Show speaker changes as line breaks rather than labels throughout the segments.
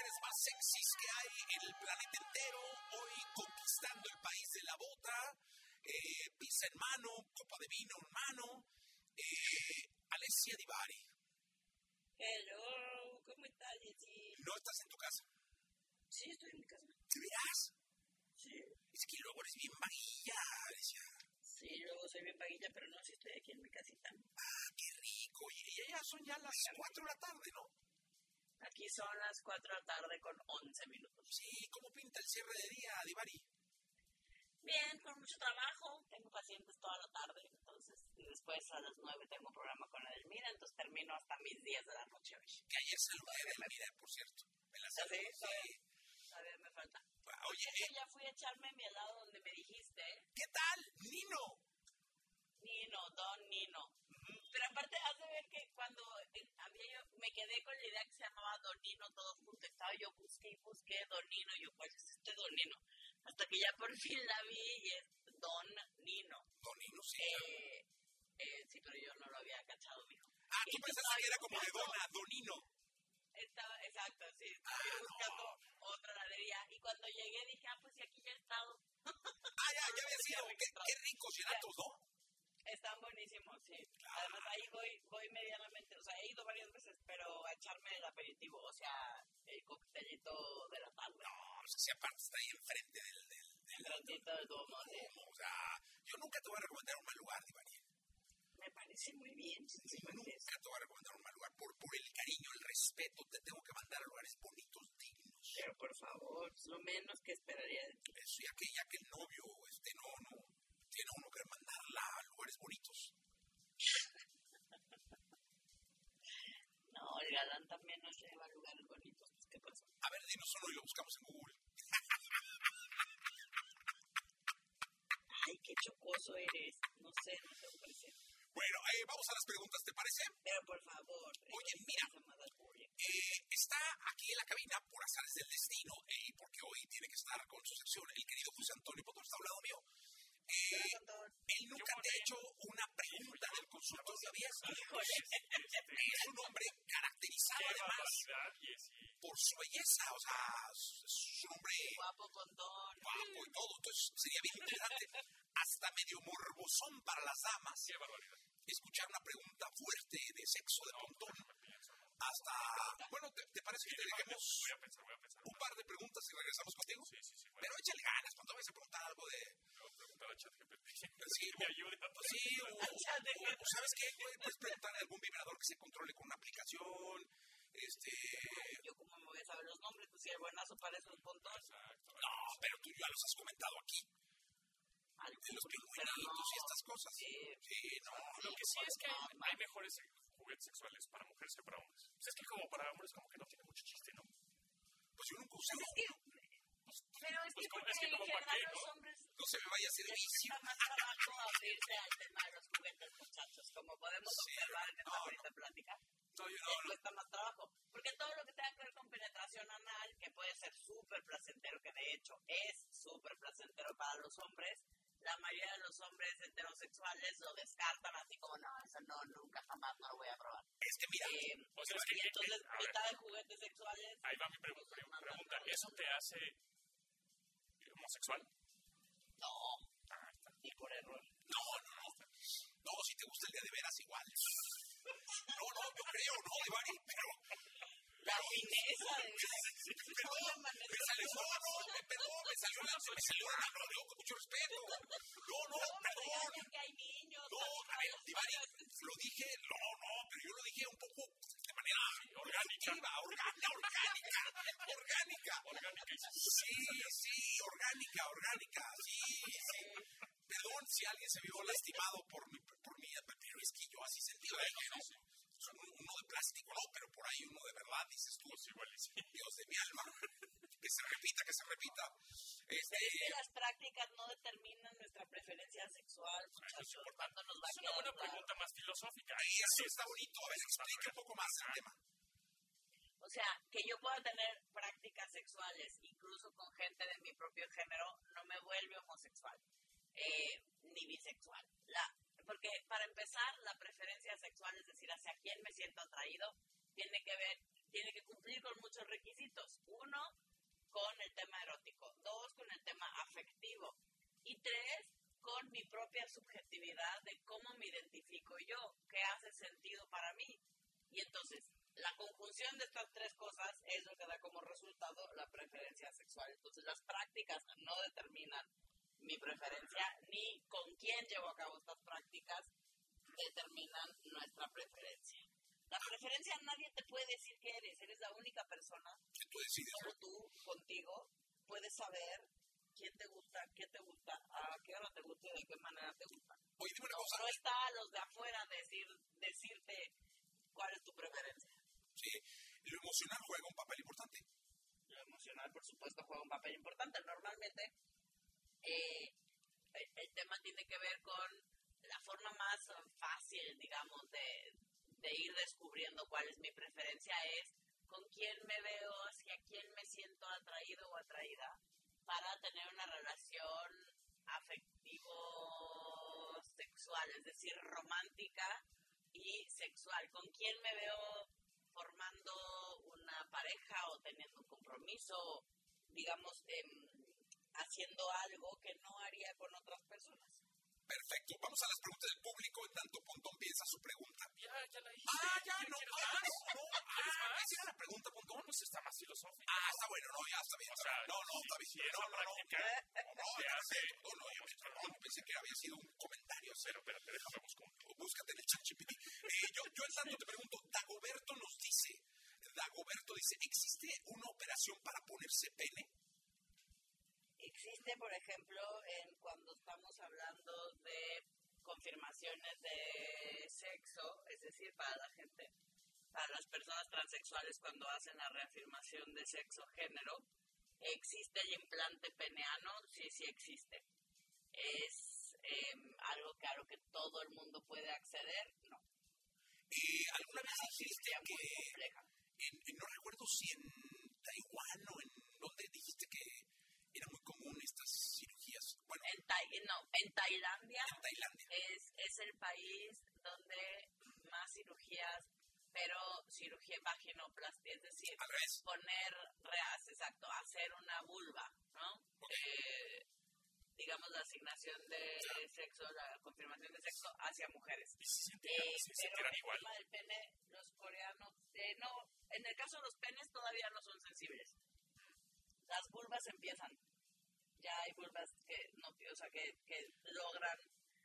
sexys que hay en el planeta entero, hoy conquistando el país de la bota, eh, pizza en mano, copa de vino en mano, eh, Alessia Divari.
Hello, ¿cómo estás, Jessy?
No estás en tu casa.
Sí, estoy en mi casa.
¿Te verás?
Sí.
Es que luego eres bien maguilla, Alessia.
Sí, luego soy bien paguita, pero no, sí estoy aquí en mi casita.
Ah, qué rico. Y y ya son ya las 4 de la tarde, ¿no?
Aquí son las 4 de la tarde con 11 minutos.
Sí, ¿cómo pinta el cierre de día, Divari?
Bien, con mucho trabajo, tengo pacientes toda la tarde, entonces y después a las 9 tengo un programa con Edelmira, entonces termino hasta mis 10 de la noche hoy.
Que ayer saludé de la vida, por cierto. Me la
¿Ah, sí?
saludé.
Todavía me falta.
Oye,
Yo
eh,
ya fui a echarme mi helado donde me dijiste, ¿eh?
¿qué tal, Nino?
Nino, Don Nino. Pero aparte, has de ver que cuando eh, había yo, me quedé con la idea que se llamaba Don Nino todo junto, estaba yo busqué y busqué Don Nino, y yo, ¿cuál es este Don Nino? Hasta que ya por fin la vi y es Don Nino.
Don Nino, sí.
Eh, eh, sí, pero yo no lo había cachado, mijo.
Ah, tú
y tú
pensaste que era
sabes,
como de
¿no?
dona, Donino.
Estaba, exacto, sí, estaba yo buscando otra heladería. Y cuando llegué dije, ah, pues sí, aquí ya he estado.
Ah, ya, ya había
Sí,
sido. Qué,
registrado.
qué ricos gelatos, ¿no?
Están buenísimos, sí. Además, ahí voy, voy medianamente, o sea, he ido varias veces, pero a echarme el aperitivo, o sea, el coctelito de la tarde,
No, o sea, si aparte está ahí enfrente del, del,
el ratito del domo, sí.
domo, o sea, yo nunca te voy a recomendar un mal lugar, Divari.
Me parece muy bien, sí, me parece.
Nunca te voy a recomendar un mal lugar por, por el cariño, el respeto. Te tengo que mandar a lugares bonitos, dignos.
Pero por favor, es lo menos que esperaría de ti.
Eso, ya que, ya que el novio, este, no, no, tiene uno que mandarla a lugares bonitos.
No, el galán también nos lleva a lugares bonitos, pues, ¿qué pasa?
A ver, dinos uno y lo buscamos en Google.
Ay, qué chocoso eres, no sé, no sé puede ser.
Bueno, eh, vamos a las preguntas, ¿te parece?
Pero por favor,
Oye, mira.
llamada al público.
Eh, está aquí en la cabina por azares del destino, eh, y porque hoy tiene que estar con su sección el querido José Antonio Potro, está hablado mío. Eh, él nunca te ha hecho una pregunta del consultorio abierto.
Híjole.
este,
Es un hombre caracterizado además por su belleza, o sea, es un hombre
Guapo con don.
guapo y todo, entonces sería bien interesante, hasta medio morbosón para las damas,
Qué barbaridad.
escuchar una pregunta fuerte de sexo de montón. Hasta, bueno, ¿te, te parece que te dejemos
Voy a pensar, voy a pensar.
un par de preguntas y regresamos contigo?
Sí, sí, sí. Bueno,
Pero échale ganas cuando vayas a preguntar algo de...
voy a preguntar a ChatGPT
Sí,
que me ayude a
Sí, o, o- o ¿sabes qué? güey? Puedes preguntarle a algún vibrador que se controle con una aplicación, este...
Yo como me voy a saber los nombres, pues si el buenazo parece un montón.
No, pero tú ya los has comentado aquí, de pues, los pingüinitos y estas cosas.
Sí.
Sí, no,
Lo que sí pues es que hay, hay mejores juguetes sexuales para mujeres que para hombres. Pues es que como para hombres como que no tiene mucho chiste, ¿no?
pues yo nunca usé uno.
Pero es que pues,
Pues como-
porque
es que
en
como
general
cualquier,
los
¿no?
hombres
No se me vaya a hacer
les
vicio. Ah,
cuesta más trabajo abrirse al tema de los juguetes, muchachos. Como podemos
Sí.
observar en esta
No, no.
bonita plática,
No, yo no,
les
no.
cuesta más trabajo. Porque todo lo que tenga que ver con penetración anal, que puede ser súper placentero, que de hecho es súper placentero para los hombres, la mayoría de los hombres heterosexuales lo descartan así como, no, eso no, nunca jamás no lo voy a probar.
Es que mira,
Eh,
O sea, es que,
y entonces
a ver,
mitad de juguetes sexuales.
ahí va mi pregunta. mi pregunta. ¿Eso te hace homosexual?
No, ni por error.
no, no, no. No, si te gusta el día de veras igual. No, no, yo creo, no, Divari, pero...
La fineza de
Perdón, me salió, no, no, me, perdón, me salió la, me salió la mano, digo con mucho respeto. No, no, perdón.
que hay niños.
No, a ver, Divari, lo dije, no, no, pero yo lo dije un poco de manera orgánica, orgánica, orgánica, orgánica.
Orgánica y
Sí, sí, orgánica, orgánica, sí, sí. Perdón si alguien se vio lastimado por mi, por mi, pero es que yo así sentí, ¿verdad? Son uno de plástico, no, pero por ahí uno de verdad, dices tú,
pues igual y sí.
Dios de mi alma, que se repita, que se repita. Este,
Es que las prácticas no determinan nuestra preferencia sexual, muchachos. ¿Cuándo nos va a
Es una
quedar
buena
claro?
pregunta más filosófica. Ahí
y eso
sí.
está bonito, a ver, explica un poco más el tema.
O sea, que yo pueda tener prácticas sexuales, incluso con gente de mi propio género, no me vuelve homosexual, eh, ni bisexual. La, porque para empezar, la preferencia sexual, es decir, hacia quién me siento atraído, tiene que ver, tiene que cumplir con muchos requisitos. Uno, con el tema erótico, dos, con el tema afectivo y tres, con mi propia subjetividad de cómo me identifico yo, qué hace sentido para mí. Y entonces, la conjunción de estas tres cosas es lo que da como resultado la preferencia sexual. Entonces, las prácticas no determinan mi preferencia ni con quién llevo a cabo estas prácticas determinan nuestra preferencia. La preferencia nadie te puede decir que eres, eres la única persona
que tú decides.
solo tú contigo puedes saber quién te gusta, qué te gusta, a qué hora te gusta y de qué manera te gusta.
Oye, dime una cosa.
No está a los de afuera decir, decirte cuál es tu preferencia.
Sí, lo emocional juega un papel importante.
Lo emocional, por supuesto, juega un papel importante. Normalmente eh, el, el tema tiene que ver con la forma más eh, fácil, digamos, de, de ir descubriendo cuál es mi preferencia, es con quién me veo, hacia quién me siento atraído o atraída para tener una relación afectivo sexual, es decir, romántica y sexual. ¿Con quién me veo formando una pareja o teniendo un compromiso, digamos, em, haciendo algo que no haría con otras personas?
Perfecto, vamos a las preguntas del público en tanto Pontón piensa su pregunta.
Ya, ya la hice.
Ah, ya, no, ah,
¿Quieres más?
no, no,
¿Quieres
ah,
más?
esa era la pregunta, Pontón.
Pues está más filosófica.
Ah, está bueno, no, ya está bien.
O
está
sea,
bien. no, no,
si-
está bien.
si es
no, no, no,
la práctica,
no,
se
está
hace.
perfecto. No, no, yo pensé, no, yo pensé que había sido un comentario,
Pero,
cero.
pero, te déjame buscar.
Búscate en el chat GPT. Eh, yo, yo en tanto te pregunto, Dagoberto nos dice, Dagoberto dice, ¿existe una operación para ponerse pene?
Existe, por ejemplo, en cuando estamos hablando de confirmaciones de sexo, es decir, para la gente, para las personas transexuales cuando hacen la reafirmación de sexo género, existe el implante peneano, sí, sí existe. Es eh, algo claro que todo el mundo puede acceder, no.
Eh, ¿Alguna vez
Ah,
dijiste
Sería
que,
muy compleja.
en- en- no recuerdo si en Taiwán o en donde dijiste que era muy común estas cirugías? Bueno,
Eh,
En, Tai- no, en Tailandia
en Tailandia.
es, es el país donde más cirugías, pero cirugía vaginoplastia, es decir,
Al revés.
poner, reas, exacto, hacer una vulva, ¿no? Eh, digamos la asignación de sexo, la confirmación de sexo hacia mujeres.
Y
Eh,
si sintieran, si
pero
sintieran
el
igual.
tema del pene, los coreanos, eh, no, en el caso de los penes todavía no son sensibles. Las vulvas empiezan. Ya hay vulvas que no, o sea, que, que logran,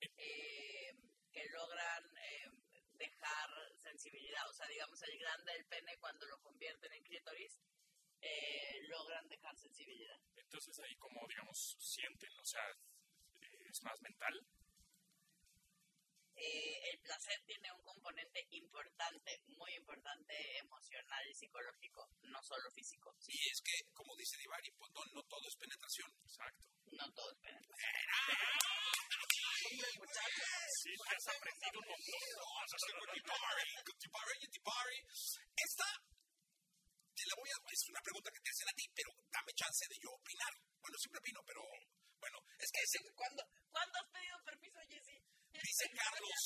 eh, que logran eh, dejar sensibilidad. O sea, digamos, el grande del pene cuando lo convierten en clítoris, eh, logran dejar sensibilidad.
Entonces ahí como, digamos, sienten, o sea, eh, es más mental.
eh, el placer tiene un componente importante, muy importante emocional y psicológico, no solo físico.
Y es que, como dice Divari, pues no, no todo es penetración.
Exacto.
No todo es penetración.
Sí, te has aprendido un montón.
Vamos a hacer con Tipari, con Tipari y Tipari. Esta, te la voy a, es una pregunta que te hacen a ti, pero dame chance de yo opinar. Bueno, siempre opino, pero bueno, es que ese,
¿Cuándo, ¿Cuándo has pedido permiso, Jessy?
dice Carlos,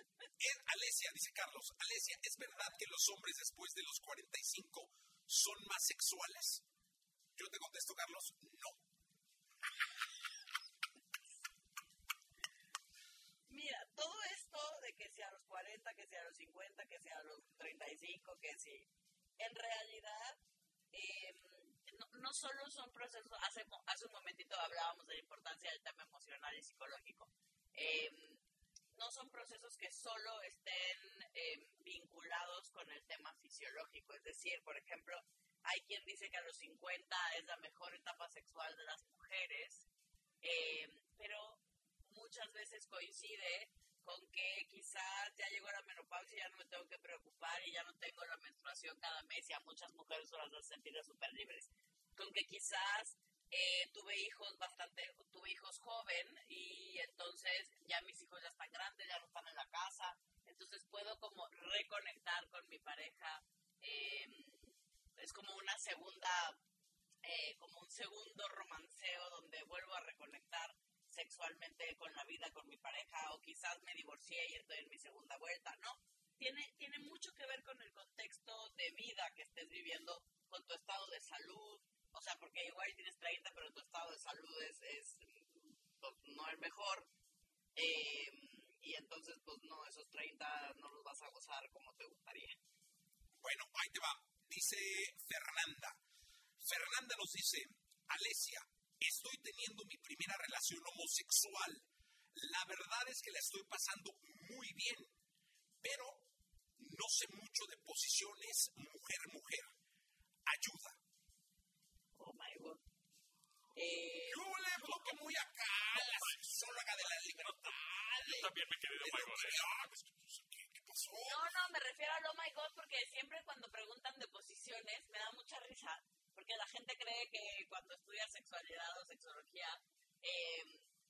eh, Alesia, dice Carlos, Alesia, ¿es verdad que los hombres después de los 45 son más sexuales? Yo te contesto, Carlos, no.
Mira, todo esto de que sea a los 40, que sea a los 50, que sea a los 35, que sí. En realidad, eh, no, no solo son procesos, hace, mo- hace un momentito hablábamos de la importancia del tema emocional y psicológico. Eh, no son procesos que solo estén eh, vinculados con el tema fisiológico. Es decir, por ejemplo, hay quien dice que a los 50 es la mejor etapa sexual de las mujeres, eh, pero muchas veces coincide con que quizás ya llegó la menopausia y ya no me tengo que preocupar y ya no tengo la menstruación cada mes y a muchas mujeres las hace sentir súper libres. Con que quizás eh, tuve hijos bastante, tuve hijos joven y entonces ya mis hijos ya están grandes, ya no están en la casa, entonces puedo como reconectar con mi pareja. eh, es como una segunda, eh, como un segundo romanceo donde vuelvo a reconectar sexualmente con la vida con mi pareja o quizás me divorcié y estoy en mi segunda vuelta, ¿no? Tiene, tiene mucho que ver con el contexto de vida que estés viviendo, con tu estado de salud, o sea, porque todavía tienes 30, pero tu estado de salud es, es, pues, no el mejor. eh, y entonces, pues no, esos 30 no los vas a gozar como te gustaría.
Bueno, ahí te va. Dice Fernanda. Fernanda nos dice, Alesia, estoy teniendo mi primera relación homosexual. La verdad es que la estoy pasando muy bien, pero no sé mucho de posiciones mujer-mujer. Ayuda.
Oh my god. Eh,
Yo le hablo que muy acá, la sexóloga de la libertad.
Yo también me quedé de
Es
my
lo
God,
que-
¿eh?
Ah, pues, ¿qué, qué pasó?
no, no, me refiero al oh my god porque siempre cuando preguntan de posiciones me da mucha risa. Porque la gente cree que cuando estudia sexualidad o sexología eh,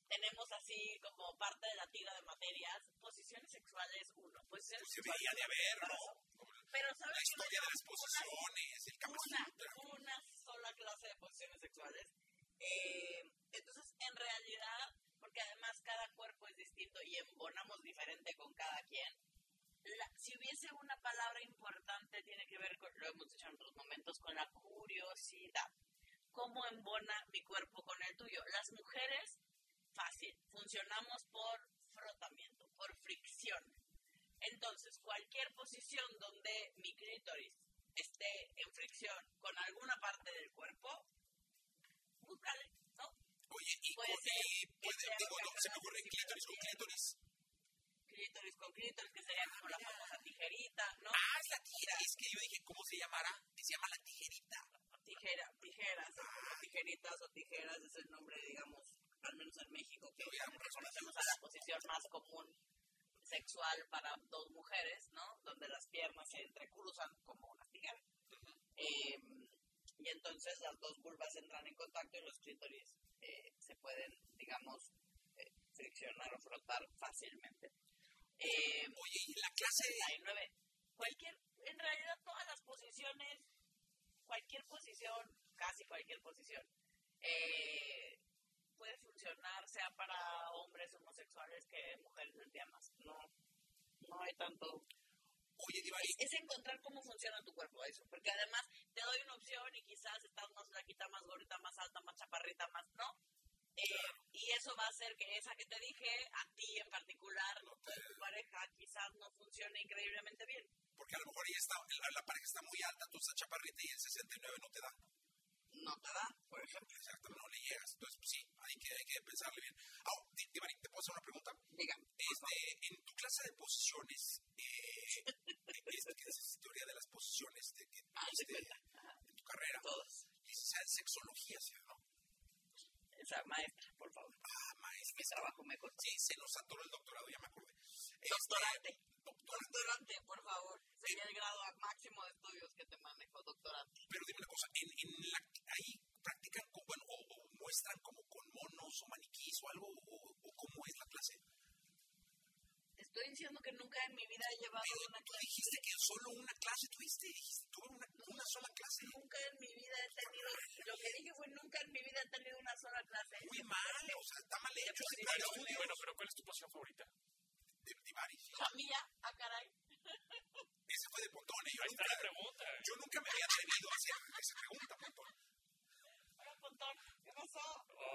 tenemos así como parte de la tira de materias posiciones sexuales uno, posiciones
Se
sexuales
veía de haber, ¿no?
Pero
Pues La
¿sabes qué?
historia de las posiciones, el Kama
una,
Sutra.
una sola clase de posiciones sexuales. Eh, entonces, en realidad, porque además cada cuerpo es distinto y embonamos diferente con cada quien, la- si hubiese una palabra importante, tiene que ver con, lo hemos dicho en otros momentos, con la curiosidad. ¿Cómo embona mi cuerpo con el tuyo? Las mujeres, fácil, funcionamos por frotamiento, por fricción. Entonces, cualquier posición donde mi clítoris esté en fricción con alguna parte del cuerpo, búscale, ¿no?
Oye, y,
Puede
con-
ser
y
que
puede,
sea
digo,
una
no, se me
persona
ocurre
que
clítoris con
quiera.
clítoris.
Clítoris con clítoris, que sería como la famosa tijerita, ¿no?
Ah, es la tijera. Es que yo dije, ¿cómo se llamará? Que se llama la tijerita.
Tijera, tijeras, o como tijeritas o tijeras es el nombre, digamos, al menos en México, que
Oye, hombre,
reconocemos a la posición más común sexual para dos mujeres, ¿no? Donde las piernas se entrecruzan como una tijera. Eh, y entonces las dos vulvas entran en contacto y los clítoris eh, se pueden, digamos, eh, friccionar o frotar fácilmente. Eh,
Oye, y la clase...
39. Cualquier, en realidad todas las posiciones, cualquier posición, casi cualquier posición, eh, puede funcionar, sea para hombres homosexuales que mujeres lesbianas. No, no hay tanto.
Oye, Divari,
Es encontrar cómo funciona tu cuerpo, eso. Porque además te doy una opción y quizás estás más flaquita, más gordita, más alta, más chaparrita, más no. Eh, y eso va a hacer que esa que te dije, a ti en particular, a tu pareja, quizás no funcione increíblemente bien.
porque a lo mejor ella está, la, la pareja está muy alta, tú estás chaparrita y el 69 no te da.
no te da.
Por ejemplo, exacto, no le llegas. Entonces, pues, sí, hay que, hay que pensarle bien. Ah, Di- Divari, ¿te puedo hacer una pregunta?
Diga,
Este, en tu clase de posiciones, eh, es, es teoría de las posiciones de que
Ah,
tuviste en tu carrera,
todos.
esa es sexología, ¿sí o no?
Esa maestra, por favor.
Ah, maestra.
Mi trabajo me costó.
Sí, se nos atoró el doctorado, ya me acordé. Este,
Doctorante.
doctorante.
Doctorante, por favor. Sería el grado máximo de estudios que te manejo, doctorante.
Pero dime una cosa, en, en la, ahí practican con, bueno, o, o muestran como con monos o maniquís o algo, o, o cómo es la clase.
Estoy diciendo que nunca en mi vida he llevado
Pero
una
tú
clase.
dijiste que solo una clase tuviste, dijiste, tuve una, una sola clase.
Nunca en mi vida he tenido. Lo que dije fue nunca en mi vida he tenido una sola clase.
Muy mal, o sea, está mal hecho ese
Pero,
plan de estudio
Bueno, pero ¿cuál es tu posición favorita?
de Divari.
La mía, ah, caray.
Ese fue de Pontón, ¿eh? yo
Ahí está
nunca,
la pregunta.
yo nunca me había atrevido a hacer esa pregunta, Pontón.
Hola, Pontón. ¿Qué pasó?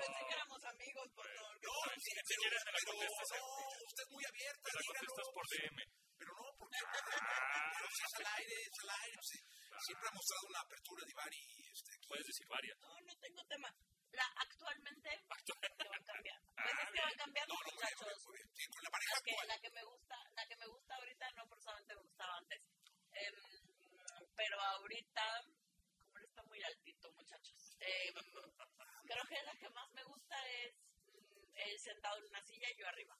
Pensé que éramos amigos, Pontón.
No,
Ay,
sí,
si
pero,
quieres me la
pero
contestas, ¿eh?
no, usted es muy abierta,
Te la
dígalo.
contestas por DM.
Pero no, porque pero si es al aire, es al aire. pues, eh, siempre ha mostrado una apertura de Bari. Este, aquí.
Puedes decir varias.
No, no tengo tema. La actualmente, que van cambiando. Pues es que
Ah,
van cambiando,
no, no, muy bien, muy bien,
muchachos.
muy bien. Sí, con la pareja
la que,
actual.
la que me gusta, la que me gusta ahorita no precisamente me gustaba antes. Em, pero ahorita, como él está muy altito, muchachos. em, creo que la que más me gusta es mm, él sentado en una silla y yo arriba.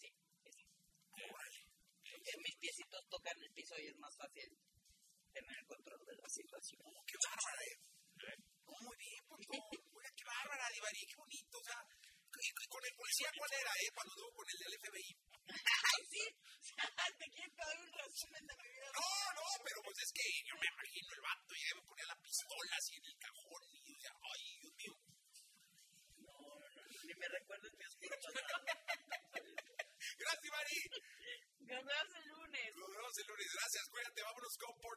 Sí, sí. Porque mis piecitos tocan el piso y es más fácil tener el control de la situación.
Qué bárbara. eh. Oh, muy bien, Pontón. Mira, qué bárbara, Divari, qué bonito. O sea, y- y con el policía, ¿cuál era, eh? Cuando anduvo con el del FBI.
¡Ay, Oh, sí! Te quiero dar un resumen de mi vida.
No, no, pero pues es que yo me imagino el vato y debo poner la pistola así en el cajón. Y o sea, ay, Dios mío.
No, no, no, ni me recuerdes mi oscuro
Gracias, Divari.
Nos vemos el lunes.
Nos vemos el lunes. Gracias, cuídate. Vámonos con por